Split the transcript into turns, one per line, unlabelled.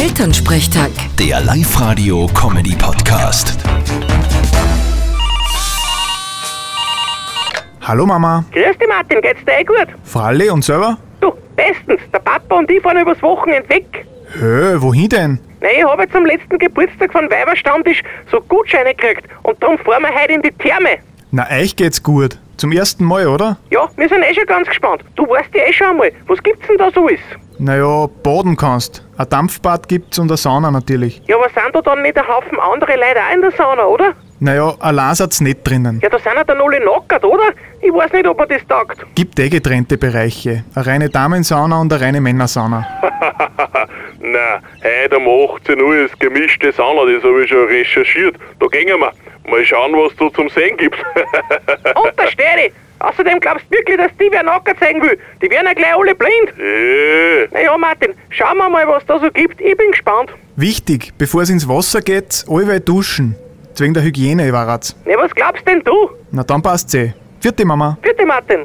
Elternsprechtag.
Der Live-Radio-Comedy-Podcast.
Hallo Mama,
Grüß dich, Martin, geht's dir eh gut?
Fralli und selber?
Du, bestens, der Papa und ich fahren übers Wochenende weg.
Hö, wohin denn?
Na, ich habe jetzt am letzten Geburtstag von Weiberstammtisch so Gutscheine gekriegt und darum fahren wir heute in die Therme.
Na, euch geht's gut. Zum ersten Mal, oder?
Ja, wir sind eh schon ganz gespannt. Du weißt ja eh schon einmal, was gibt's denn da so alles?
Naja, baden kannst. Ein Dampfbad gibt's und eine Sauna natürlich.
Ja, aber sind da dann nicht ein Haufen andere Leute auch in der Sauna, oder?
Naja, allein seid's nicht drinnen.
Ja, da sind ja dann alle nackert, oder? Ich weiß nicht, ob er das taugt.
Gibt eh getrennte Bereiche. Eine reine Damensauna und eine reine Männersauna.
Na, heute um 18 Uhr ist gemischte Sauna, das habe ich schon recherchiert. Da gehen wir. Mal schauen, was da zum Sehen gibt.
Und der Steri! Außerdem glaubst du wirklich, dass die wer nackert sein will? Die werden ja gleich alle blind.
äh,
Na ja, Martin, schauen wir mal, was da so gibt. Ich bin gespannt.
Wichtig, bevor's ins Wasser geht, allweil duschen. Wegen der Hygiene war's.
Na, was glaubst denn du?
Na dann passt's eh. Vierte Mama.
Bitte, Martin.